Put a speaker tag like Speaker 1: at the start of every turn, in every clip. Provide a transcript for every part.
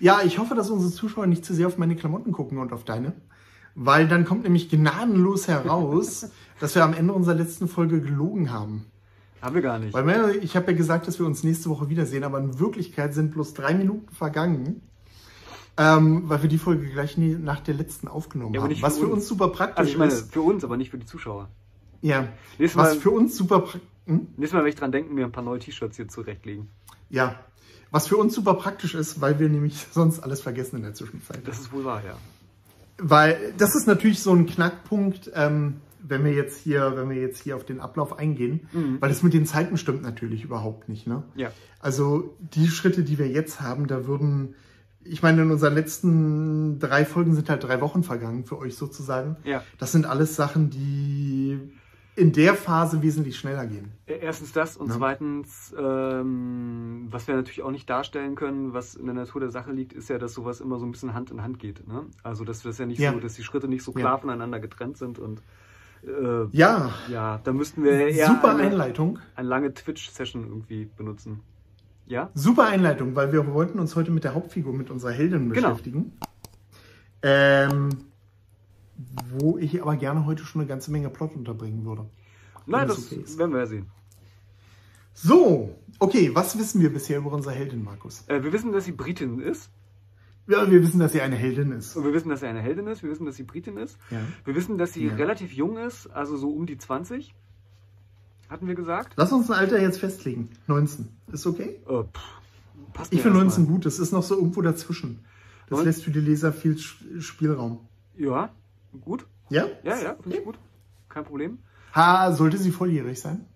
Speaker 1: Ja, ich hoffe, dass unsere Zuschauer nicht zu sehr auf meine Klamotten gucken und auf deine. Weil dann kommt nämlich gnadenlos heraus, dass wir am Ende unserer letzten Folge gelogen haben.
Speaker 2: Haben wir gar nicht.
Speaker 1: Weil Mel, ich habe ja gesagt, dass wir uns nächste Woche wiedersehen, aber in Wirklichkeit sind bloß drei Minuten vergangen, ähm, weil wir die Folge gleich nie- nach der letzten aufgenommen
Speaker 2: Ja, aber
Speaker 1: haben.
Speaker 2: nicht
Speaker 1: Was für
Speaker 2: für
Speaker 1: uns
Speaker 2: uns.
Speaker 1: super praktisch
Speaker 2: Also ich meine,
Speaker 1: ist.
Speaker 2: für uns, aber nicht für die Zuschauer.
Speaker 1: Ja.
Speaker 2: Nächstes
Speaker 1: Was
Speaker 2: Mal-
Speaker 1: für uns super praktisch. Hm?
Speaker 2: Nächstes Mal werde ich dran denken, mir ein paar neue T-Shirts hier zurechtlegen.
Speaker 1: Ja. Was für uns super praktisch ist, weil wir nämlich sonst alles vergessen in der Zwischenzeit.
Speaker 2: Das ist wohl wahr, ja.
Speaker 1: Weil das ist natürlich so ein Knackpunkt, ähm, wenn wir jetzt hier, wenn wir jetzt hier auf den Ablauf eingehen,
Speaker 2: Mhm.
Speaker 1: weil das mit den Zeiten stimmt natürlich überhaupt nicht, ne?
Speaker 2: Ja.
Speaker 1: Also die Schritte, die wir jetzt haben, da würden, ich meine, in unseren letzten drei Folgen sind halt drei Wochen vergangen für euch sozusagen.
Speaker 2: Ja.
Speaker 1: Das sind alles Sachen, die in der Phase wesentlich schneller gehen.
Speaker 2: Äh, Erstens das und
Speaker 1: Ja.
Speaker 2: zweitens, ähm, was wir natürlich auch nicht darstellen können, was in der Natur der Sache liegt, ist ja, dass sowas immer so ein bisschen Hand in Hand geht. Ne? Also dass das ja nicht
Speaker 1: Ja.
Speaker 2: so, dass die Schritte nicht so
Speaker 1: Ja.
Speaker 2: klar voneinander getrennt sind und äh,
Speaker 1: Ja,
Speaker 2: ja, äh, da müssten wir eher
Speaker 1: super
Speaker 2: eine,
Speaker 1: Einleitung.
Speaker 2: eine lange Twitch-Session irgendwie benutzen. Ja?
Speaker 1: Super Einleitung, weil wir wollten uns heute mit der Hauptfigur, mit unserer Heldin
Speaker 2: Genau.
Speaker 1: beschäftigen. Ähm, wo ich aber gerne heute schon eine ganze Menge Plot unterbringen würde.
Speaker 2: Nein,
Speaker 1: das
Speaker 2: das
Speaker 1: okay ist.
Speaker 2: werden wir ja sehen.
Speaker 1: So, okay, was wissen wir bisher über unsere Heldin, Markus?
Speaker 2: Äh, wir wissen, dass sie Britin ist.
Speaker 1: Ja, wir wissen, dass sie eine Heldin ist.
Speaker 2: Und wir wissen, dass sie eine Heldin ist. Wir wissen, dass sie Britin ist.
Speaker 1: Ja.
Speaker 2: Wir wissen, dass sie
Speaker 1: Ja.
Speaker 2: relativ jung ist, also so um die 20. Hatten wir gesagt.
Speaker 1: Lass uns ein Alter jetzt festlegen. 19. Ist okay?
Speaker 2: Äh, pff, passt
Speaker 1: Ich
Speaker 2: mir
Speaker 1: finde
Speaker 2: erstmal.
Speaker 1: 19 gut. Das ist noch so irgendwo dazwischen. Das
Speaker 2: Neun-
Speaker 1: lässt für die Leser viel Sch- Spielraum.
Speaker 2: Ja, gut.
Speaker 1: Ja?
Speaker 2: Ja, ja, finde ich gut. Kein Problem.
Speaker 1: Ha, sollte sie volljährig sein?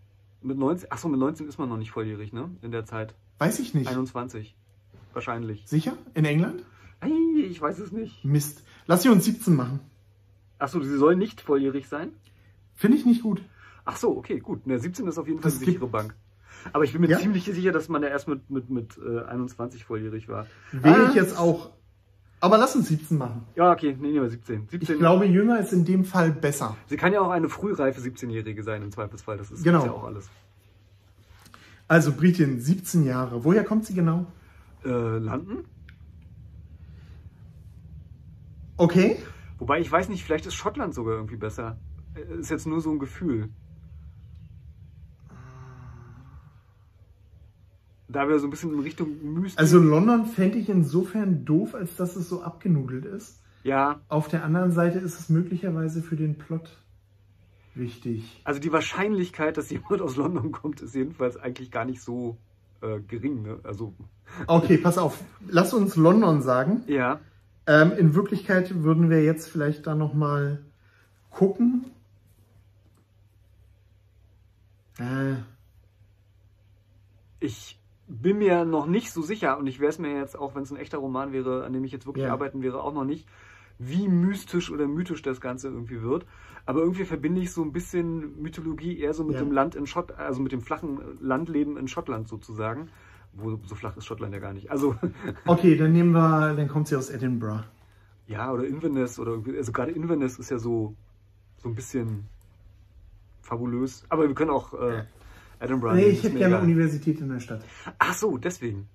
Speaker 2: Mit 19, achso, mit 19 ist man noch nicht volljährig, ne? In der Zeit.
Speaker 1: Weiß ich nicht.
Speaker 2: 21. Wahrscheinlich.
Speaker 1: Sicher? In England?
Speaker 2: Ei, ich weiß es nicht.
Speaker 1: Mist. Lass sie uns 17 machen.
Speaker 2: Achso, sie soll nicht volljährig sein?
Speaker 1: Finde ich nicht gut.
Speaker 2: Achso, okay, gut. Ne, 17 ist auf jeden Fall
Speaker 1: Das
Speaker 2: eine sichere
Speaker 1: gibt-
Speaker 2: Bank. Aber ich bin mir
Speaker 1: Ja.
Speaker 2: ziemlich sicher, dass man ja erst mit, mit, mit äh, 21 volljährig war.
Speaker 1: Wäre ich
Speaker 2: Ah,
Speaker 1: jetzt auch. Aber lass uns 17 machen.
Speaker 2: Ja, okay, nee, nee, 17.
Speaker 1: Ich
Speaker 2: 17.
Speaker 1: glaube, jünger ist in dem Fall besser.
Speaker 2: Sie kann ja auch eine frühreife 17-Jährige sein im Zweifelsfall. Das ist
Speaker 1: Genau.
Speaker 2: gibt's ja auch alles.
Speaker 1: Also Britin, 17 Jahre. Woher kommt sie genau?
Speaker 2: Äh, landen?
Speaker 1: Okay.
Speaker 2: Wobei ich weiß nicht, vielleicht ist Schottland sogar irgendwie besser. Äh, Ist jetzt nur so ein Gefühl. Da wir so ein bisschen in Richtung Mystik.
Speaker 1: Also London fände ich insofern doof, als dass es so abgenudelt ist.
Speaker 2: ja,
Speaker 1: Auf der anderen Seite ist es möglicherweise für den Plot wichtig.
Speaker 2: also die Wahrscheinlichkeit, dass jemand aus London kommt, ist jedenfalls eigentlich gar nicht so äh, gering. Ne? Also,
Speaker 1: Okay, pass auf. Lass uns London sagen.
Speaker 2: ja.
Speaker 1: Ähm, in Wirklichkeit würden wir jetzt vielleicht da nochmal gucken. Äh,
Speaker 2: Ich bin mir noch nicht so sicher und ich wäre es mir jetzt, auch wenn es ein echter Roman wäre, an dem ich jetzt wirklich
Speaker 1: Ja.
Speaker 2: arbeiten wäre, auch noch nicht, wie mystisch oder mythisch das Ganze irgendwie wird. Aber irgendwie verbinde ich so ein bisschen Mythologie eher so mit
Speaker 1: Ja.
Speaker 2: dem Land in Schottland, also mit dem flachen Landleben in Schottland sozusagen. Wo so flach ist Schottland ja gar nicht. Also,
Speaker 1: okay, dann nehmen wir, dann kommt sie aus Edinburgh.
Speaker 2: ja, oder Inverness oder irgendwie, also gerade Inverness ist ja so, so ein bisschen fabulös. Aber wir können auch äh, Edinburgh.
Speaker 1: Nee,
Speaker 2: nehmen,
Speaker 1: ich
Speaker 2: ist
Speaker 1: hätte
Speaker 2: mir
Speaker 1: gerne
Speaker 2: egal.
Speaker 1: eine Universität in der Stadt.
Speaker 2: Ach so, deswegen.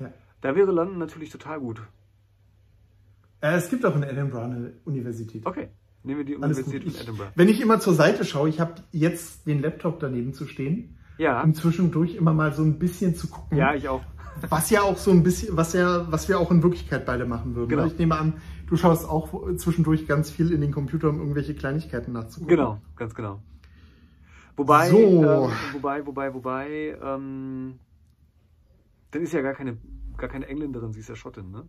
Speaker 1: Ja.
Speaker 2: Da wäre London natürlich total gut.
Speaker 1: Äh, es gibt auch in Edinburgh eine Universität.
Speaker 2: Okay, nehmen wir die
Speaker 1: Alles gut.
Speaker 2: Universität
Speaker 1: Ich,
Speaker 2: in Edinburgh.
Speaker 1: wenn ich immer zur Seite schaue, ich habe jetzt den Laptop daneben zu stehen,
Speaker 2: Ja,
Speaker 1: um zwischendurch immer mal so ein bisschen zu gucken.
Speaker 2: ja, ich auch.
Speaker 1: was ja auch so ein bisschen, was ja, was wir auch in Wirklichkeit beide machen würden.
Speaker 2: Genau.
Speaker 1: Ich nehme an, du schaust auch zwischendurch ganz viel in den Computer, um irgendwelche Kleinigkeiten nachzugucken.
Speaker 2: Genau, ganz genau. Wobei,
Speaker 1: So.
Speaker 2: ähm, wobei, wobei, wobei, ähm, dann ist ja gar keine, gar keine Engländerin, sie ist ja Schottin, ne?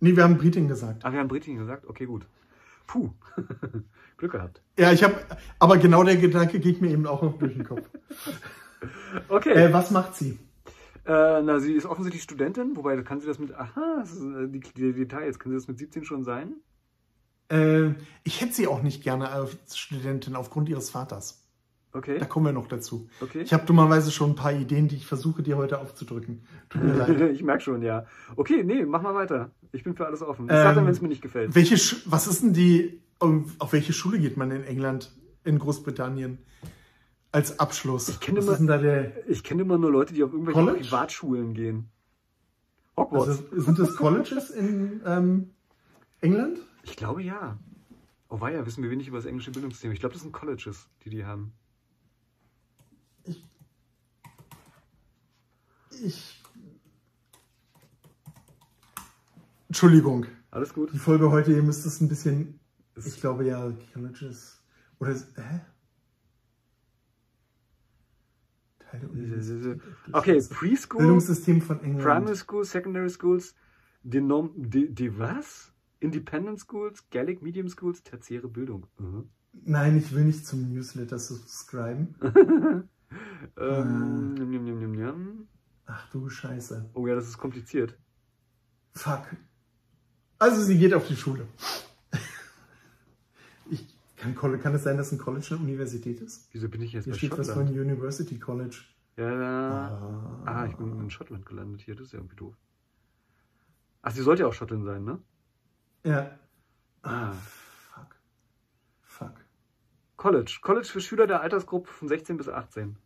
Speaker 1: Nee, wir haben Britin gesagt.
Speaker 2: Ach, wir haben Britin gesagt, okay, gut. Puh, Glück gehabt.
Speaker 1: Ja, ich habe, aber genau der Gedanke ging mir eben auch noch durch den Kopf.
Speaker 2: Okay,
Speaker 1: äh, was macht sie?
Speaker 2: äh, na, sie ist offensichtlich Studentin, wobei kann sie das mit, aha, das sind, äh, die, die Details, kann sie das mit 17 schon sein?
Speaker 1: Äh, ich hätte sie auch nicht gerne als Studentin aufgrund ihres Vaters. Da
Speaker 2: Okay,
Speaker 1: kommen wir noch dazu.
Speaker 2: okay.
Speaker 1: Ich habe dummerweise schon ein paar Ideen, die ich versuche, dir heute aufzudrücken. Tut mir leid.
Speaker 2: ich merke schon, ja. Okay, nee, mach mal weiter. Ich bin für alles offen. Ich
Speaker 1: Ähm,
Speaker 2: sag dann, wenn es mir nicht gefällt.
Speaker 1: Welche, Sch- was ist denn die, um, auf auf welche Schule geht man in England, in Großbritannien als Abschluss?
Speaker 2: kenne
Speaker 1: was
Speaker 2: immer-
Speaker 1: ist denn da der,
Speaker 2: Ich kenne immer nur Leute, die auf irgendwelche
Speaker 1: College?
Speaker 2: Privatschulen gehen. Hogwarts.
Speaker 1: Also, sind das Colleges in ähm, England?
Speaker 2: ich glaube ja. Oh weia, wissen wir wenig über das englische Bildungssystem. Ich glaube, das sind Colleges, die die haben.
Speaker 1: Ich. Entschuldigung.
Speaker 2: Alles gut.
Speaker 1: Die Folge heute, ihr müsst es ein bisschen.
Speaker 2: Es-
Speaker 1: Ich glaube ja, Colleges. Oder. ist- Hä? Teil der Universität.
Speaker 2: Äh, Okay, Preschool,
Speaker 1: Bildungssystem von England.
Speaker 2: Primary School, Secondary Schools, die, Norm, die, die was? Independent Schools, Gaelic Medium Schools, tertiäre Bildung. Mhm.
Speaker 1: Nein, ich will nicht zum Newsletter subscriben. Ah.
Speaker 2: Ähm, njam, njam, njam, njam, njam.
Speaker 1: Ach du Scheiße.
Speaker 2: Oh ja, das ist kompliziert.
Speaker 1: Fuck. Also sie geht auf die Schule. Ich kann, Colle- kann es sein, dass ein College eine Universität ist?
Speaker 2: Wieso bin ich jetzt
Speaker 1: Hier
Speaker 2: bei
Speaker 1: steht was von
Speaker 2: Schottland?
Speaker 1: University College.
Speaker 2: Ja, ja.
Speaker 1: Ah,
Speaker 2: Ah, ich bin in Schottland gelandet hier, das ist ja irgendwie doof. Ach, sie sollte ja auch Schottland sein, ne?
Speaker 1: Ja.
Speaker 2: Ah.
Speaker 1: Fuck. Fuck.
Speaker 2: College. College für Schüler der Altersgruppe von 16 bis 18.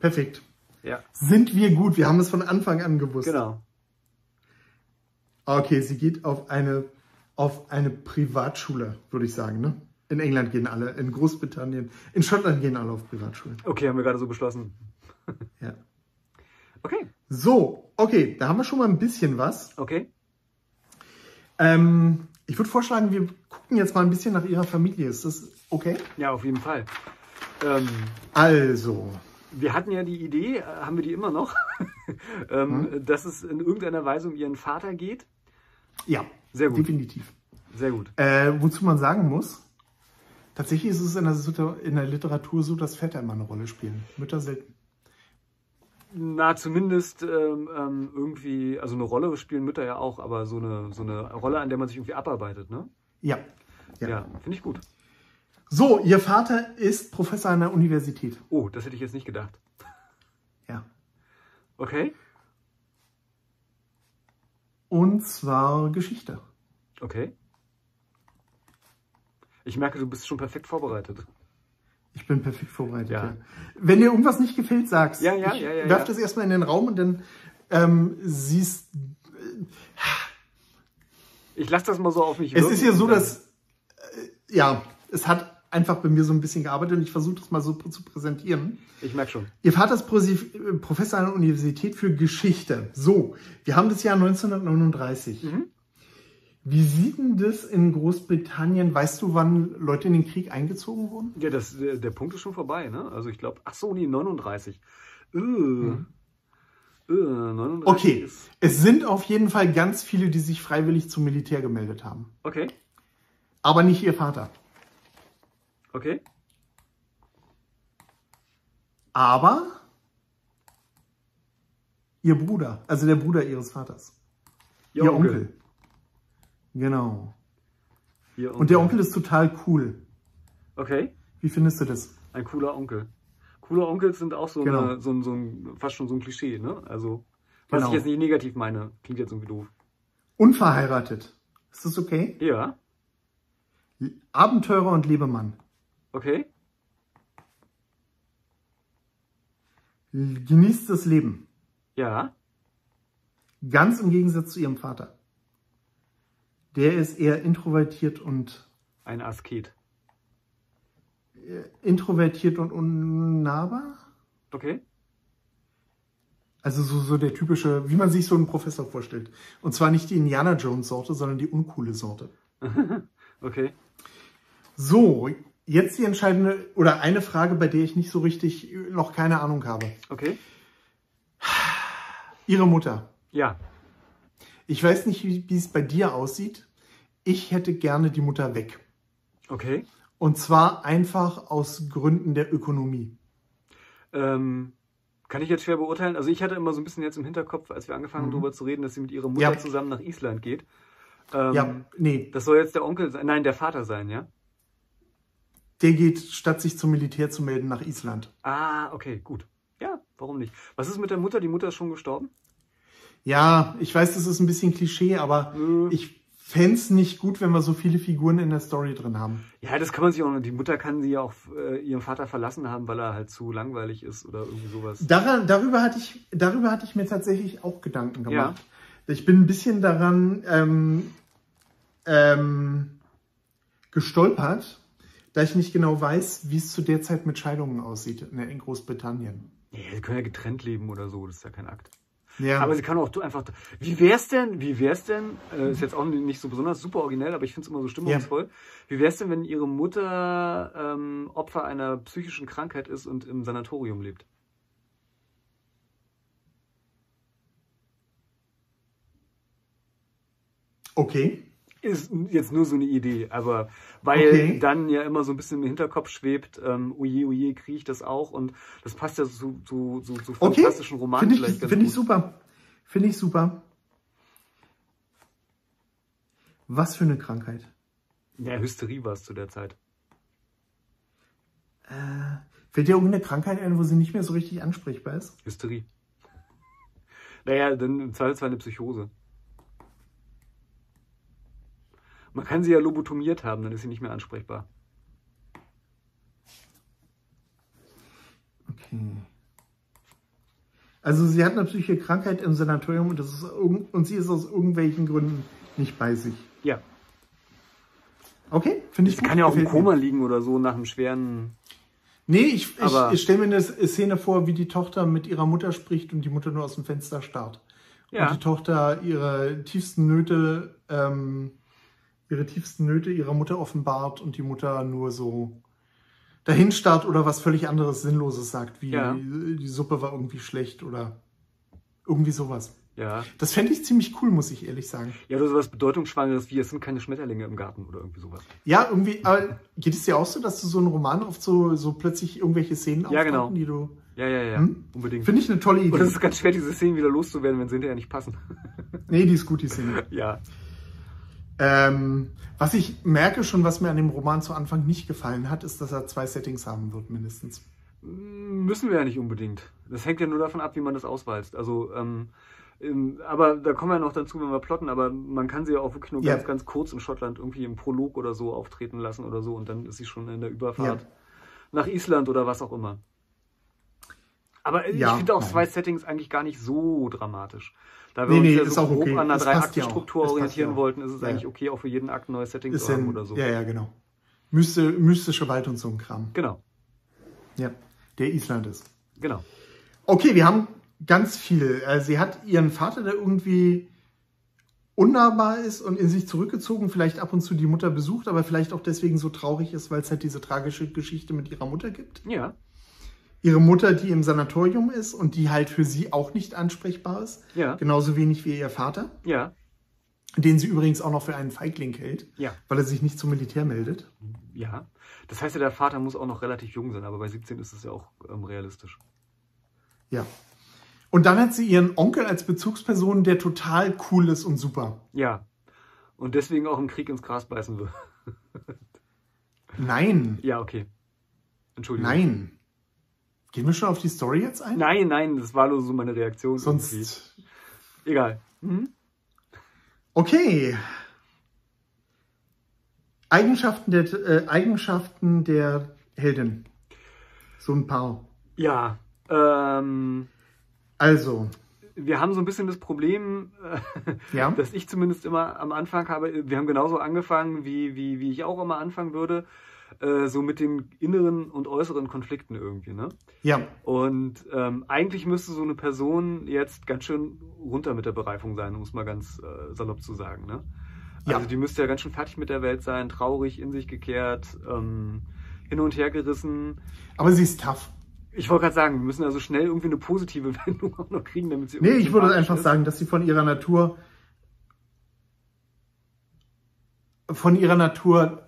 Speaker 1: Perfekt.
Speaker 2: Ja,
Speaker 1: Sind wir gut? Wir haben es von Anfang an gewusst. Ah,
Speaker 2: genau.
Speaker 1: Okay, sie geht auf eine, auf eine Privatschule, würde ich sagen. Ne? In England gehen alle, in Großbritannien, in Schottland gehen alle auf Privatschulen.
Speaker 2: Okay, haben wir gerade so beschlossen.
Speaker 1: Ja.
Speaker 2: Okay,
Speaker 1: So, okay, da haben wir schon mal ein bisschen was.
Speaker 2: okay.
Speaker 1: Ähm, ich würde vorschlagen, wir gucken jetzt mal ein bisschen nach ihrer Familie. Ist das okay?
Speaker 2: Ja, auf jeden Fall. Ähm,
Speaker 1: Also,
Speaker 2: wir hatten ja die Idee, äh, haben wir die immer noch, ähm, dass es in irgendeiner Weise um ihren Vater geht.
Speaker 1: ja,
Speaker 2: Sehr gut.
Speaker 1: definitiv.
Speaker 2: Sehr gut.
Speaker 1: Äh, wozu man sagen muss, tatsächlich ist es in der, Situ- in der Literatur so, dass Väter immer eine Rolle spielen. Mütter selten.
Speaker 2: Na, zumindest ähm, ähm, irgendwie, also eine Rolle spielen Mütter ja auch, aber so eine, so eine Rolle, an der man sich irgendwie abarbeitet, ne?
Speaker 1: Ja.
Speaker 2: Ja,
Speaker 1: Ja.
Speaker 2: finde ich gut.
Speaker 1: So, ihr Vater ist Professor an der Universität.
Speaker 2: Oh, das hätte ich jetzt nicht gedacht.
Speaker 1: Ja.
Speaker 2: Okay,
Speaker 1: Und zwar Geschichte.
Speaker 2: okay. Ich merke, du bist schon perfekt vorbereitet.
Speaker 1: Ich bin perfekt vorbereitet.
Speaker 2: Ja.
Speaker 1: Ja. Wenn dir irgendwas nicht gefällt, sagst
Speaker 2: Ja, ja,
Speaker 1: ich
Speaker 2: ja, ja,
Speaker 1: Werf
Speaker 2: ja.
Speaker 1: das erstmal in den Raum und dann ähm, siehst.
Speaker 2: Ich lasse das mal so auf mich
Speaker 1: Es
Speaker 2: wirken.
Speaker 1: ist ja so, dass äh, ja, es hat einfach bei mir so ein bisschen gearbeitet und ich versuche das mal so zu präsentieren.
Speaker 2: Ich merke schon.
Speaker 1: Ihr Vater ist Prosi- äh, Professor an der Universität für Geschichte. So, wir haben das Jahr 1939. Wie sieht denn das in Großbritannien? Weißt du, wann Leute in den Krieg eingezogen wurden?
Speaker 2: Ja, das, der, der Punkt ist schon vorbei, ne? Also ich glaube, ach so, nee, 39. Äh, äh, 39
Speaker 1: Mhm. Okay,
Speaker 2: Ist,
Speaker 1: es sind auf jeden Fall ganz viele, die sich freiwillig zum Militär gemeldet haben.
Speaker 2: okay,
Speaker 1: Aber nicht ihr Vater.
Speaker 2: okay.
Speaker 1: Aber ihr Bruder, also der Bruder ihres Vaters. Ihr, Onkel. Genau.
Speaker 2: Ihr Onkel.
Speaker 1: Und der Onkel ist total cool.
Speaker 2: Okay,
Speaker 1: Wie findest du das?
Speaker 2: ein cooler Onkel. Cooler Onkel sind auch so,
Speaker 1: Genau.
Speaker 2: eine, so, ein, so ein, fast schon so ein Klischee, ne? Also, was
Speaker 1: Genau.
Speaker 2: ich jetzt nicht negativ meine, klingt jetzt irgendwie doof.
Speaker 1: Unverheiratet. Ist das okay?
Speaker 2: Ja,
Speaker 1: Abenteurer und Lebemann.
Speaker 2: okay,
Speaker 1: L- Genießt das Leben.
Speaker 2: ja,
Speaker 1: Ganz im Gegensatz zu ihrem Vater. Der ist eher introvertiert und
Speaker 2: ein Asket.
Speaker 1: introvertiert und unnahbar.
Speaker 2: Okay,
Speaker 1: Also so, so der typische, wie man sich so einen Professor vorstellt. Und zwar nicht die Indiana Jones Sorte, sondern die uncoole Sorte.
Speaker 2: okay.
Speaker 1: So, jetzt die entscheidende oder eine Frage, bei der ich nicht so richtig äh, noch keine Ahnung habe.
Speaker 2: Okay,
Speaker 1: Ihre Mutter.
Speaker 2: ja,
Speaker 1: Ich weiß nicht, wie wie es bei dir aussieht. Ich hätte gerne die Mutter weg.
Speaker 2: okay.
Speaker 1: Und zwar einfach aus Gründen der Ökonomie.
Speaker 2: Ähm, kann ich jetzt schwer beurteilen. Also ich hatte immer so ein bisschen jetzt im Hinterkopf, als wir angefangen haben, darüber zu reden, dass sie mit ihrer Mutter
Speaker 1: Mhm. Ja.
Speaker 2: zusammen nach Island geht. Ähm,
Speaker 1: ja, nee,
Speaker 2: Das soll jetzt der Onkel sein, nein, der Vater sein, ja?
Speaker 1: der geht, statt sich zum Militär zu melden, nach Island.
Speaker 2: Ah, okay, gut. Ja, warum nicht? Was ist mit der Mutter? Die Mutter ist schon gestorben?
Speaker 1: Ja, ich weiß, das ist ein bisschen Klischee, aber
Speaker 2: Mhm.
Speaker 1: ich fänd's nicht gut, wenn wir so viele Figuren in der Story drin haben.
Speaker 2: Ja, das kann man sich auch. Die Mutter kann sie ja auch äh, ihren Vater verlassen haben, weil er halt zu langweilig ist oder irgendwie sowas.
Speaker 1: Daran, darüber, hatte ich, darüber hatte ich mir tatsächlich auch Gedanken
Speaker 2: Ja.
Speaker 1: gemacht. Ich bin ein bisschen daran ähm, ähm, gestolpert, da ich nicht genau weiß, wie es zu der Zeit mit Scheidungen aussieht ne, in in Großbritannien.
Speaker 2: Ja, sie können ja getrennt leben oder so, das ist ja kein Akt.
Speaker 1: Ja,
Speaker 2: Aber sie kann auch einfach. Wie wär's denn, wie wär's denn, äh, ist jetzt auch nicht so besonders super originell, aber ich finde es immer so stimmungsvoll. Wie wär's denn, wenn ihre Mutter ähm, Opfer einer psychischen Krankheit ist und im Sanatorium lebt?
Speaker 1: okay.
Speaker 2: Ist jetzt nur so eine Idee, aber weil
Speaker 1: Okay.
Speaker 2: dann ja immer so ein bisschen im Hinterkopf schwebt, ähm, oje, oje, kriege ich das auch und das passt ja so zu, zu, zu
Speaker 1: Okay.
Speaker 2: fantastischen Romanen
Speaker 1: Finde ich,
Speaker 2: vielleicht ganz
Speaker 1: find ich
Speaker 2: gut.
Speaker 1: super. Finde ich super. Was für eine Krankheit.
Speaker 2: Ja, Hysterie war es zu der Zeit. Äh.
Speaker 1: Fällt dir irgendeine Krankheit ein, wo sie nicht mehr so richtig ansprechbar ist?
Speaker 2: Hysterie. Naja, dann im Zweifelsfall eine Psychose. Man kann sie ja lobotomiert haben, dann ist sie nicht mehr ansprechbar.
Speaker 1: Okay. Also sie hat eine psychische Krankheit im Sanatorium und, das ist irgend- und sie ist aus irgendwelchen Gründen nicht bei sich.
Speaker 2: Ja.
Speaker 1: Okay, finde ich
Speaker 2: Sie
Speaker 1: gut.
Speaker 2: kann ja auch im
Speaker 1: Gefällt mir.
Speaker 2: Koma liegen oder so nach einem schweren.
Speaker 1: Nee, ich, ich,
Speaker 2: Aber-
Speaker 1: ich stelle mir eine S- Szene vor, wie die Tochter mit ihrer Mutter spricht und die Mutter nur aus dem Fenster starrt. Und
Speaker 2: Ja.
Speaker 1: die Tochter ihre tiefsten Nöte, ähm, ihre tiefsten Nöte ihrer Mutter offenbart und die Mutter nur so dahin starrt oder was völlig anderes Sinnloses sagt, wie
Speaker 2: Ja.
Speaker 1: die, die Suppe war irgendwie schlecht oder irgendwie sowas.
Speaker 2: Ja.
Speaker 1: Das fände ich ziemlich cool, muss ich ehrlich sagen.
Speaker 2: Ja, oder sowas Bedeutungsschwangeres wie, es sind keine Schmetterlinge im Garten oder irgendwie sowas.
Speaker 1: Ja, irgendwie, aber geht es dir auch so, dass du so einen Roman oft so, so plötzlich irgendwelche Szenen
Speaker 2: Ja, genau.
Speaker 1: auftauchen, die du.
Speaker 2: Ja, ja, ja.
Speaker 1: Hm?
Speaker 2: Unbedingt.
Speaker 1: Finde ich eine tolle Idee.
Speaker 2: Und es ist ganz schwer, diese Szenen wieder loszuwerden, wenn sie hinterher nicht passen.
Speaker 1: Nee, die ist gut, die Szene.
Speaker 2: ja.
Speaker 1: Ähm, was ich merke schon, was mir an dem Roman zu Anfang nicht gefallen hat, ist, dass er zwei Settings haben wird, mindestens.
Speaker 2: M, Müssen wir ja nicht unbedingt. Das hängt ja nur davon ab, wie man das auswalzt. Also, ähm, ähm, aber da kommen wir noch dazu, wenn wir plotten, aber man kann sie ja auch wirklich nur
Speaker 1: Ja.
Speaker 2: ganz, ganz kurz in Schottland irgendwie im Prolog oder so auftreten lassen oder so und dann ist sie schon in der Überfahrt
Speaker 1: Ja.
Speaker 2: nach Island oder was auch immer. Aber ich
Speaker 1: Ja,
Speaker 2: finde auch
Speaker 1: nein.
Speaker 2: zwei Settings eigentlich gar nicht so dramatisch. Da wir
Speaker 1: Nee,
Speaker 2: uns
Speaker 1: nee,
Speaker 2: ja
Speaker 1: ist
Speaker 2: so
Speaker 1: auch
Speaker 2: grob
Speaker 1: okay.
Speaker 2: an einer
Speaker 1: Es passt ja auch.
Speaker 2: Drei-Akten-Struktur
Speaker 1: Es passt
Speaker 2: orientieren
Speaker 1: ja auch.
Speaker 2: wollten, ist es
Speaker 1: Ja.
Speaker 2: eigentlich okay, auch für jeden Akt ein neues Setting
Speaker 1: Ist
Speaker 2: zu haben
Speaker 1: denn-
Speaker 2: oder so.
Speaker 1: Ja, ja, genau. Myste, mystische Wald und so ein Kram.
Speaker 2: Genau,
Speaker 1: Ja, der Island ist.
Speaker 2: genau.
Speaker 1: Okay, wir haben ganz viel. Äh, Sie hat ihren Vater, der irgendwie unnahbar ist und in sich zurückgezogen, vielleicht ab und zu die Mutter besucht, aber vielleicht auch deswegen so traurig ist, weil es halt diese tragische Geschichte mit ihrer Mutter gibt.
Speaker 2: Ja,
Speaker 1: Ihre Mutter, die im Sanatorium ist und die halt für sie auch nicht ansprechbar ist,
Speaker 2: ja,
Speaker 1: genauso wenig wie ihr Vater,
Speaker 2: ja,
Speaker 1: den sie übrigens auch noch für einen Feigling hält,
Speaker 2: ja.
Speaker 1: weil er sich nicht zum Militär meldet.
Speaker 2: Ja, das heißt ja, der Vater muss auch noch relativ jung sein, aber bei 17 ist es ja auch ähm, realistisch.
Speaker 1: Ja. Und dann hat sie ihren Onkel als Bezugsperson, der total cool ist und super.
Speaker 2: Ja. Und deswegen auch im Krieg ins Gras beißen will.
Speaker 1: Nein,
Speaker 2: Ja, okay. Entschuldigung.
Speaker 1: nein. Gehen wir schon auf die Story jetzt ein?
Speaker 2: Nein, nein, das war nur so meine Reaktion. irgendwie.
Speaker 1: Sonst.
Speaker 2: Egal. Mhm.
Speaker 1: Okay. Eigenschaften der, äh, Eigenschaften der Heldin. So ein paar.
Speaker 2: Ja. Ähm,
Speaker 1: Also,
Speaker 2: wir haben so ein bisschen das Problem, äh,
Speaker 1: ja.
Speaker 2: dass ich zumindest immer am Anfang habe, wir haben genauso angefangen, wie, wie, wie ich auch immer anfangen würde, äh, so mit den inneren und äußeren Konflikten irgendwie, ne?
Speaker 1: Ja.
Speaker 2: Und ähm, eigentlich müsste so eine Person jetzt ganz schön runter mit der Bereifung sein, um es mal ganz äh, salopp zu sagen. Ne?
Speaker 1: Ja.
Speaker 2: Also die müsste ja ganz schön fertig mit der Welt sein, traurig, in sich gekehrt, ähm, hin und her gerissen.
Speaker 1: Aber sie ist tough.
Speaker 2: Ich wollte gerade sagen, wir müssen also schnell irgendwie eine positive Wendung auch noch kriegen, damit sie
Speaker 1: Nee,
Speaker 2: irgendwie
Speaker 1: ich würde
Speaker 2: sympathisch
Speaker 1: einfach
Speaker 2: ist.
Speaker 1: sagen, dass sie von ihrer Natur von ihrer Natur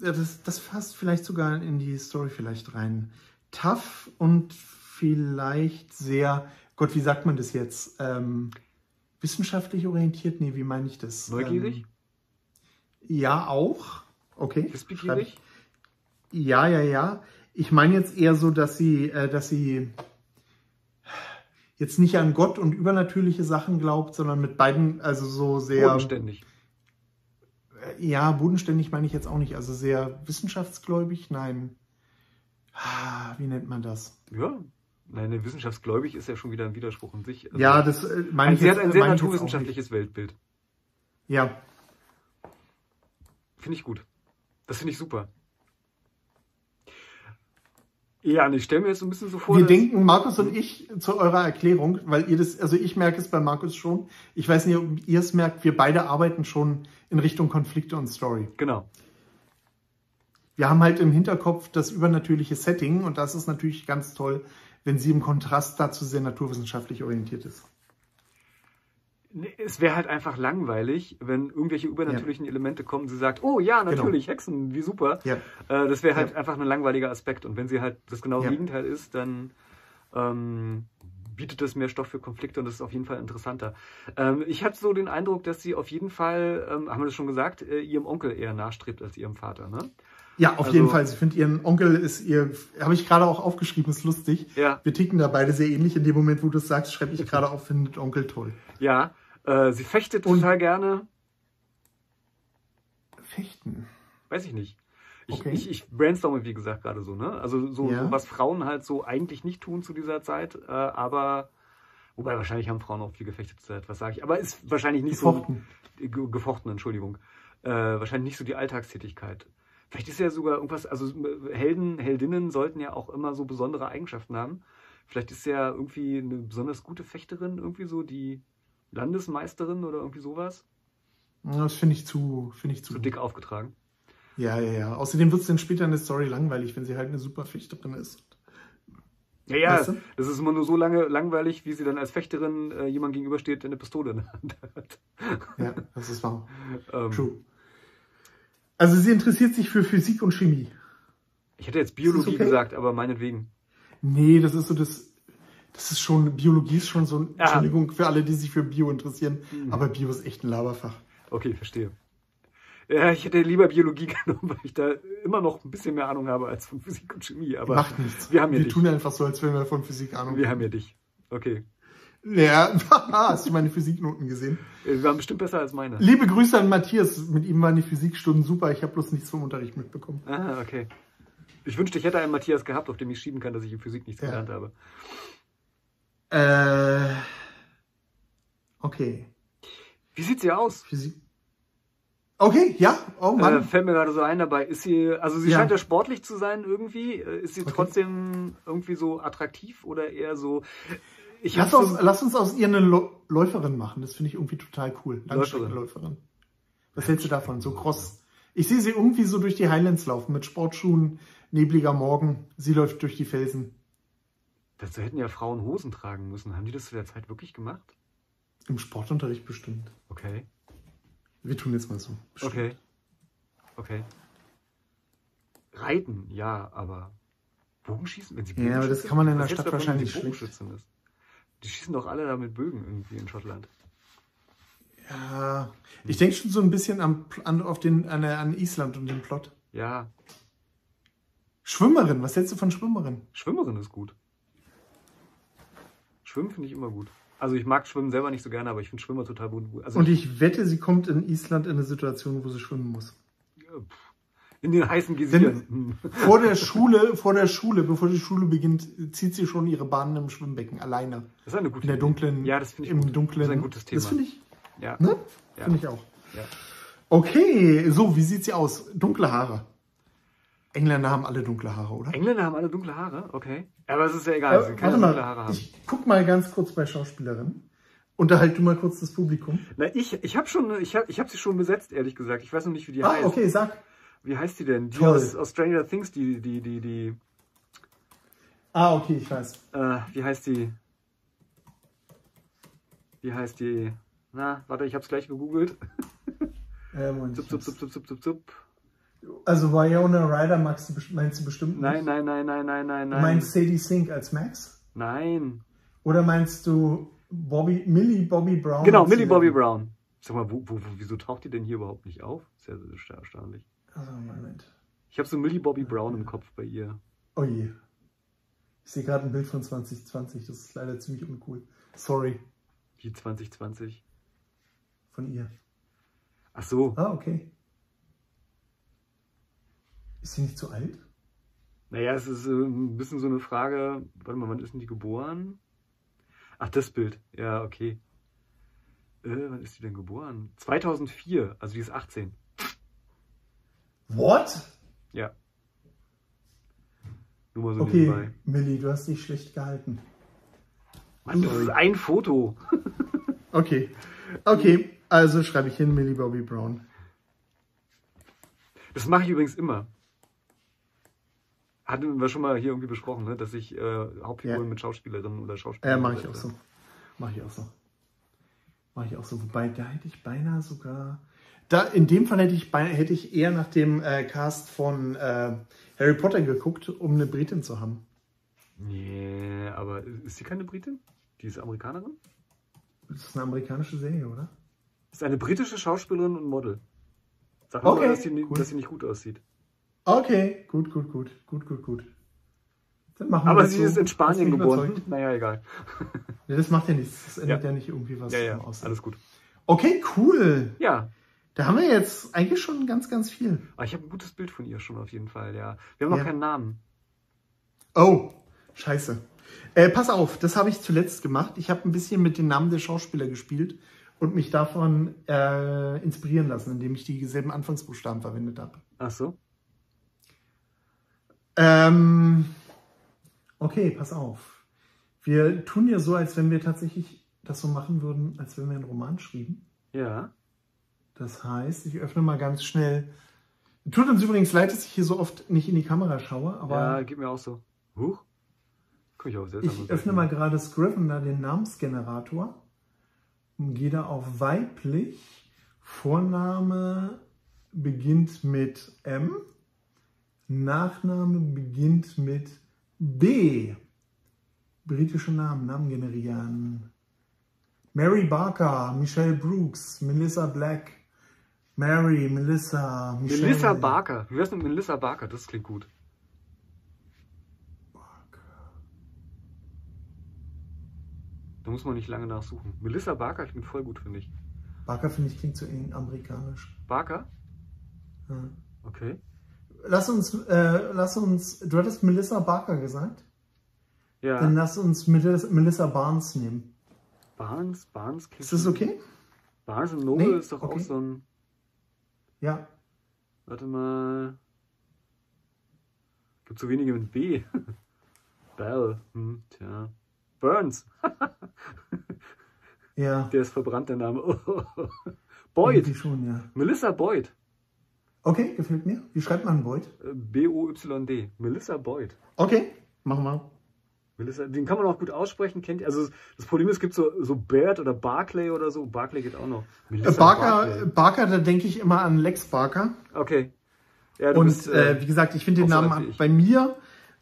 Speaker 1: ja, das, das passt vielleicht sogar in die Story vielleicht rein. Tough und vielleicht sehr, Gott, wie sagt man das jetzt? Ähm, wissenschaftlich orientiert? Nee, wie meine ich das?
Speaker 2: Neugierig?
Speaker 1: Ähm, ja, auch. Okay. schreib ich.
Speaker 2: Wissbegierig?
Speaker 1: Ja, ja, ja. Ich meine jetzt eher so, dass sie, äh, dass sie jetzt nicht an Gott und übernatürliche Sachen glaubt, sondern mit beiden, also so sehr.
Speaker 2: Bodenständig.
Speaker 1: Ja, bodenständig meine ich jetzt auch nicht. Also sehr wissenschaftsgläubig, nein. Ah, Wie nennt man das?
Speaker 2: Ja, Nein, wissenschaftsgläubig ist ja schon wieder ein Widerspruch in sich. Also
Speaker 1: ja, das äh, meine ich
Speaker 2: sie hat
Speaker 1: jetzt,
Speaker 2: ein sehr
Speaker 1: meine ich jetzt auch nicht.
Speaker 2: naturwissenschaftliches Weltbild.
Speaker 1: Ja,
Speaker 2: Finde ich gut. Das finde ich super. Ja, und ich stelle mir jetzt so ein bisschen so vor,
Speaker 1: wir
Speaker 2: dass-
Speaker 1: denken, Markus und ich, zu eurer Erklärung, weil ihr das, also ich merke es bei Markus schon, ich weiß nicht, ob ihr es merkt, wir beide arbeiten schon in Richtung Konflikte und Story.
Speaker 2: genau.
Speaker 1: Wir haben halt im Hinterkopf das übernatürliche Setting und das ist natürlich ganz toll, wenn sie im Kontrast dazu sehr naturwissenschaftlich orientiert ist.
Speaker 2: Nee, Es wäre halt einfach langweilig, wenn irgendwelche übernatürlichen Elemente kommen, sie sagt, oh ja, natürlich, Hexen, wie super.
Speaker 1: Genau. Ja.
Speaker 2: Äh, das wäre halt
Speaker 1: Ja.
Speaker 2: einfach ein langweiliger Aspekt. Und wenn sie halt das genaue
Speaker 1: Ja.
Speaker 2: Gegenteil ist, dann ähm, bietet das mehr Stoff für Konflikte und das ist auf jeden Fall interessanter. Ähm, ich hatte so den Eindruck, dass sie auf jeden Fall, ähm, haben wir das schon gesagt, äh, ihrem Onkel eher nachstrebt als ihrem Vater. Ne?
Speaker 1: Ja, auf
Speaker 2: Also-
Speaker 1: jeden Fall. Ich finde, ihren Onkel ist ihr, habe ich gerade auch aufgeschrieben, ist lustig.
Speaker 2: Ja.
Speaker 1: Wir ticken da beide sehr ähnlich. In dem Moment, wo du es sagst, schreibe ich gerade auf, findet Onkel toll.
Speaker 2: Ja, äh, sie fechtet
Speaker 1: Und-
Speaker 2: total gerne.
Speaker 1: Fechten.
Speaker 2: Weiß ich nicht. Ich,
Speaker 1: Okay.
Speaker 2: ich, ich brainstorme, wie gesagt, gerade so, ne? Also so,
Speaker 1: Ja.
Speaker 2: so, was Frauen halt so eigentlich nicht tun zu dieser Zeit, äh, aber wobei wahrscheinlich haben Frauen auch viel gefechtet zur Zeit, was sage ich. Aber ist wahrscheinlich nicht
Speaker 1: Gefochten.
Speaker 2: so ge- gefochten, Entschuldigung. Äh, wahrscheinlich nicht so die Alltagstätigkeit. Vielleicht ist ja sogar irgendwas, also Helden, Heldinnen sollten ja auch immer so besondere Eigenschaften haben. Vielleicht ist ja irgendwie eine besonders gute Fechterin, irgendwie so die Landesmeisterin oder irgendwie sowas.
Speaker 1: Ja, Das finde ich zu, finde ich zu.
Speaker 2: So dick aufgetragen.
Speaker 1: Ja, ja, ja. Außerdem wird es dann später in der Story langweilig, wenn sie halt eine super Fechterin ist.
Speaker 2: Ja, ja,
Speaker 1: Weißt du?
Speaker 2: das ist immer nur so lange langweilig, wie sie dann als Fechterin äh, jemand gegenübersteht, der eine Pistole in der Hand hat.
Speaker 1: Ja, das ist wahr.
Speaker 2: Ähm,
Speaker 1: True. Also sie interessiert sich für Physik und Chemie.
Speaker 2: Ich hätte jetzt Biologie
Speaker 1: Ist okay?
Speaker 2: gesagt, aber meinetwegen.
Speaker 1: Nee, das ist so das. Das ist schon, Biologie ist schon so, ein-
Speaker 2: Ah.
Speaker 1: Entschuldigung für alle, die sich für Bio interessieren,
Speaker 2: Mhm.
Speaker 1: aber Bio ist echt ein Laberfach.
Speaker 2: Okay, verstehe. Ja, ich hätte lieber Biologie genommen, weil ich da immer noch ein bisschen mehr Ahnung habe als von Physik und Chemie. Aber
Speaker 1: Macht nichts.
Speaker 2: Wir haben ja
Speaker 1: wir
Speaker 2: dich.
Speaker 1: tun einfach so, als wenn wir von Physik Ahnung
Speaker 2: Wir haben ja dich. Okay.
Speaker 1: Ja, hast du meine Physiknoten gesehen?
Speaker 2: Äh, Wir waren bestimmt besser als meine.
Speaker 1: Liebe Grüße an Matthias. Mit ihm waren die Physikstunden super. Ich habe bloß nichts vom Unterricht mitbekommen.
Speaker 2: Ah, okay. Ich wünschte, ich hätte einen Matthias gehabt, auf dem ich schieben kann, dass ich in Physik nichts
Speaker 1: Ja.
Speaker 2: gelernt habe.
Speaker 1: Äh, okay.
Speaker 2: Wie sieht sie aus?
Speaker 1: Physik. Okay, ja. Oh
Speaker 2: Äh,
Speaker 1: Mann.
Speaker 2: fällt mir gerade so ein dabei. Ist sie, also sie
Speaker 1: Ja.
Speaker 2: scheint ja sportlich zu sein irgendwie. Äh, Ist sie
Speaker 1: Okay.
Speaker 2: trotzdem irgendwie so attraktiv oder eher so? Ich
Speaker 1: lass,
Speaker 2: hab so-
Speaker 1: aus, lass uns aus ihr eine Lo- Läuferin machen. Das finde ich irgendwie total cool. Langstreckenläuferin. Was hältst du davon? So cross. Ich sehe sie irgendwie so durch die Highlands laufen mit Sportschuhen, nebliger Morgen. Sie läuft durch die Felsen.
Speaker 2: Dazu hätten ja Frauen Hosen tragen müssen. Haben die das zu der Zeit wirklich gemacht?
Speaker 1: Im Sportunterricht bestimmt.
Speaker 2: Okay.
Speaker 1: Wir tun jetzt mal so. Bestimmt.
Speaker 2: Okay. Okay. Reiten, ja, aber Bogenschießen, wenn sie
Speaker 1: Ja, aber das kann man in der
Speaker 2: was hältst du
Speaker 1: Stadt
Speaker 2: davon, wenn sie
Speaker 1: wahrscheinlich schlecht.
Speaker 2: Bogenschützen ist. Die schießen doch alle da mit Bögen irgendwie in Schottland.
Speaker 1: Ja, Äh, ich denke schon so ein bisschen am, an, auf den, an, an Island und den Plot.
Speaker 2: Ja,
Speaker 1: Schwimmerin, was hältst du von Schwimmerin?
Speaker 2: Schwimmerin ist gut. Schwimmen finde ich immer gut. Also ich mag Schwimmen selber nicht so gerne, aber ich finde Schwimmer total gut. Also
Speaker 1: Und ich wette, sie kommt in Island in eine Situation, wo sie schwimmen muss.
Speaker 2: in den heißen Gesichtern.
Speaker 1: Vor der Schule, vor der Schule, bevor die Schule beginnt, zieht sie schon ihre Bahnen im Schwimmbecken alleine.
Speaker 2: Das ist eine gute
Speaker 1: In der
Speaker 2: Idee.
Speaker 1: dunklen,
Speaker 2: Ja, das finde ich
Speaker 1: im
Speaker 2: gut.
Speaker 1: dunklen.
Speaker 2: Das ist ein gutes Thema.
Speaker 1: Das finde ich,
Speaker 2: Ja.
Speaker 1: ne?
Speaker 2: Ja.
Speaker 1: Finde ich auch.
Speaker 2: Ja.
Speaker 1: Okay, so, wie sieht sie aus? Dunkle Haare. Engländer haben alle dunkle Haare, oder?
Speaker 2: Engländer haben alle dunkle Haare, okay. Aber es ist ja egal, sie
Speaker 1: Äh, warte
Speaker 2: können ja dunkle Haare
Speaker 1: mal,
Speaker 2: haben.
Speaker 1: ich guck mal ganz kurz bei Schauspielerinnen. Unterhalt du mal kurz das Publikum.
Speaker 2: Na, ich, ich habe schon, ich hab, ich hab sie schon besetzt, ehrlich gesagt. Ich weiß noch nicht, wie die
Speaker 1: Ah,
Speaker 2: heißt.
Speaker 1: okay, sag.
Speaker 2: Wie heißt die denn? Die
Speaker 1: Toll.
Speaker 2: aus, aus Stranger Things, die, die, die, die,
Speaker 1: Ah, okay, ich weiß.
Speaker 2: äh, wie heißt die? Wie heißt die? Na, warte, ich hab's gleich gegoogelt.
Speaker 1: Äh, Moment,
Speaker 2: Zup,
Speaker 1: ich
Speaker 2: zup,
Speaker 1: weiß.
Speaker 2: zup, zup, zup, zup, zup.
Speaker 1: Also Wyona Ryder magst du, best- meinst du bestimmt
Speaker 2: Nein,
Speaker 1: nicht?
Speaker 2: nein, nein, nein, nein, nein,
Speaker 1: Du
Speaker 2: nein.
Speaker 1: meinst Sadie Sink als Max?
Speaker 2: Nein.
Speaker 1: Oder meinst du Bobby, Millie Bobby Brown?
Speaker 2: Genau,
Speaker 1: als
Speaker 2: Millie Bobby
Speaker 1: Susan?
Speaker 2: Brown. Sag mal, wo, wo, wo, wieso taucht die denn hier überhaupt nicht auf? Sehr, sehr erstaunlich.
Speaker 1: Also, Moment.
Speaker 2: Ich habe so Millie Bobby Brown im Kopf bei ihr.
Speaker 1: Oh je. Ich sehe gerade ein Bild von 2020, das ist leider ziemlich uncool. Sorry,
Speaker 2: Die 2020.
Speaker 1: von ihr.
Speaker 2: Ach so.
Speaker 1: Ah, okay. Ist sie nicht zu alt?
Speaker 2: Naja, es ist äh, ein bisschen so eine Frage, warte mal, wann ist denn die geboren? Ach, das Bild. Ja, okay. Äh, wann ist die denn geboren? 2004, also die ist 18.
Speaker 1: What?
Speaker 2: Ja. Nur mal so
Speaker 1: Okay,
Speaker 2: nebenbei.
Speaker 1: Millie, du hast dich schlecht gehalten.
Speaker 2: Mann, das ist ein Foto.
Speaker 1: Okay. Okay, also schreibe ich hin Millie Bobby Brown.
Speaker 2: Das mache ich übrigens immer. Hatten wir schon mal hier irgendwie besprochen, ne? dass ich äh, Hauptfiguren
Speaker 1: Ja.
Speaker 2: mit Schauspielerinnen oder Schauspielern.
Speaker 1: Äh, mache ich auch so. Mache ich auch so. Mache ich auch so. Wobei, da hätte ich beinahe sogar. Da, in dem Fall hätte ich, beinahe, hätte ich eher nach dem äh, Cast von äh, Harry Potter geguckt, um eine Britin zu haben.
Speaker 2: Nee, aber ist sie keine Britin? Die ist Amerikanerin?
Speaker 1: Das ist eine amerikanische Serie, oder?
Speaker 2: Ist eine britische Schauspielerin und Model. Sag
Speaker 1: Okay,
Speaker 2: okay, mal, dass sie, ni-
Speaker 1: cool.
Speaker 2: dass sie nicht gut aussieht.
Speaker 1: Okay, gut, gut, gut, gut, gut, gut. Dann machen wir
Speaker 2: Aber
Speaker 1: Oh, das
Speaker 2: sie
Speaker 1: so.
Speaker 2: ist in
Speaker 1: Hast
Speaker 2: Spanien
Speaker 1: mich
Speaker 2: geboren.
Speaker 1: überzeugt.
Speaker 2: Naja, egal.
Speaker 1: Nee, das macht ja nichts. Das ändert ja, nicht irgendwie was
Speaker 2: Ja, ja,
Speaker 1: am Aussehen.
Speaker 2: alles gut.
Speaker 1: Okay, cool.
Speaker 2: Ja,
Speaker 1: Da haben wir jetzt eigentlich schon ganz, ganz viel.
Speaker 2: aber ich habe ein gutes Bild von ihr schon auf jeden Fall, ja. Wir haben noch
Speaker 1: Ja.
Speaker 2: keinen Namen.
Speaker 1: Oh, scheiße. Äh, pass auf, das habe ich zuletzt gemacht. Ich habe ein bisschen mit den Namen der Schauspieler gespielt und mich davon äh, inspirieren lassen, indem ich dieselben Anfangsbuchstaben verwendet habe.
Speaker 2: Ach so.
Speaker 1: Ähm, okay, pass auf. Wir tun ja so, als wenn wir tatsächlich das so machen würden, als wenn wir einen Roman schrieben.
Speaker 2: Ja.
Speaker 1: Das heißt, ich öffne mal ganz schnell. Tut uns übrigens leid, dass ich hier so oft nicht in die Kamera schaue,
Speaker 2: ja,
Speaker 1: aber
Speaker 2: gib mir auch so. Huch. Guck ich auf
Speaker 1: ich öffne mal gerade Scrivener, den Namensgenerator, und gehe da auf weiblich. Vorname beginnt mit M, Nachname beginnt mit B. Britische Namen, Namen generieren. Mary Barker, Michelle Brooks, Melissa Black, Mary, Melissa, Michelle.
Speaker 2: Melissa Barker. Wie wär's mit Melissa Barker? Das klingt gut. Da muss man nicht lange nachsuchen. Melissa Barker klingt voll gut, finde ich.
Speaker 1: Barker finde ich klingt so eng amerikanisch.
Speaker 2: Barker?
Speaker 1: Ja.
Speaker 2: Okay.
Speaker 1: Lass uns, äh, lass uns, du hattest Melissa Barker gesagt. Dann
Speaker 2: Ja.
Speaker 1: lass uns Melis- Melissa Barnes nehmen.
Speaker 2: Barnes, Barnes klingt.
Speaker 1: Ist das okay?
Speaker 2: Barnes und Noble
Speaker 1: Nee,
Speaker 2: ist doch auch
Speaker 1: okay.
Speaker 2: so ein.
Speaker 1: Ja.
Speaker 2: Warte mal. Gibt so wenige mit B. Bell. Hm, tja. Burns.
Speaker 1: Ja.
Speaker 2: Der ist verbrannt, der Name.
Speaker 1: Die
Speaker 2: Boyd.
Speaker 1: schon, ja.
Speaker 2: Melissa Boyd.
Speaker 1: Okay, gefällt mir. Wie schreibt man Boyd?
Speaker 2: Äh, B-O-Y-D. Melissa Boyd.
Speaker 1: Okay, machen wir.
Speaker 2: Melissa, den kann man auch gut aussprechen, kennt ihr. Also das Problem ist, es gibt so, so Baird oder Barclay oder so. Barclay geht auch noch.
Speaker 1: Äh,
Speaker 2: Melissa
Speaker 1: Barker, Barker, da denke ich immer an Lex Barker.
Speaker 2: Okay. Ja, du
Speaker 1: Und
Speaker 2: bist, äh,
Speaker 1: äh, wie gesagt, ich finde den
Speaker 2: auch so
Speaker 1: Namen
Speaker 2: alt wie ich.
Speaker 1: bei mir,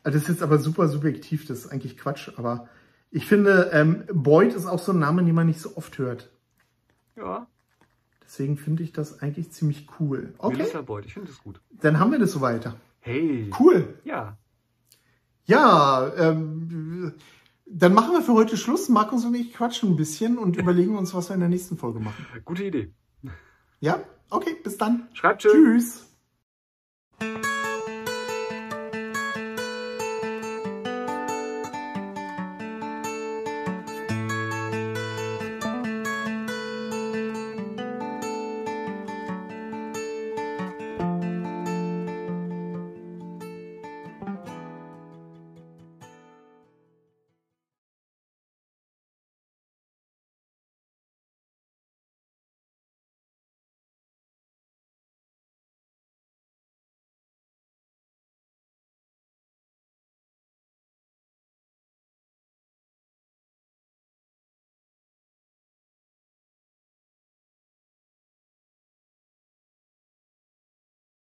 Speaker 1: äh, das ist jetzt aber super subjektiv, das ist eigentlich Quatsch, aber ich finde, ähm, Boyd ist auch so ein Name, den man nicht so oft hört.
Speaker 2: ja,
Speaker 1: Deswegen finde ich das eigentlich ziemlich cool. Okay,
Speaker 2: Melissa Boyd. Ich finde das gut.
Speaker 1: dann haben wir das so weiter.
Speaker 2: Hey.
Speaker 1: Cool.
Speaker 2: Ja.
Speaker 1: Ja, ähm, dann machen wir für heute Schluss. Markus und ich quatschen ein bisschen und überlegen uns, was wir in der nächsten Folge machen.
Speaker 2: Gute Idee.
Speaker 1: Ja? Okay, bis dann.
Speaker 2: Schreibt schön.
Speaker 1: Tschüss.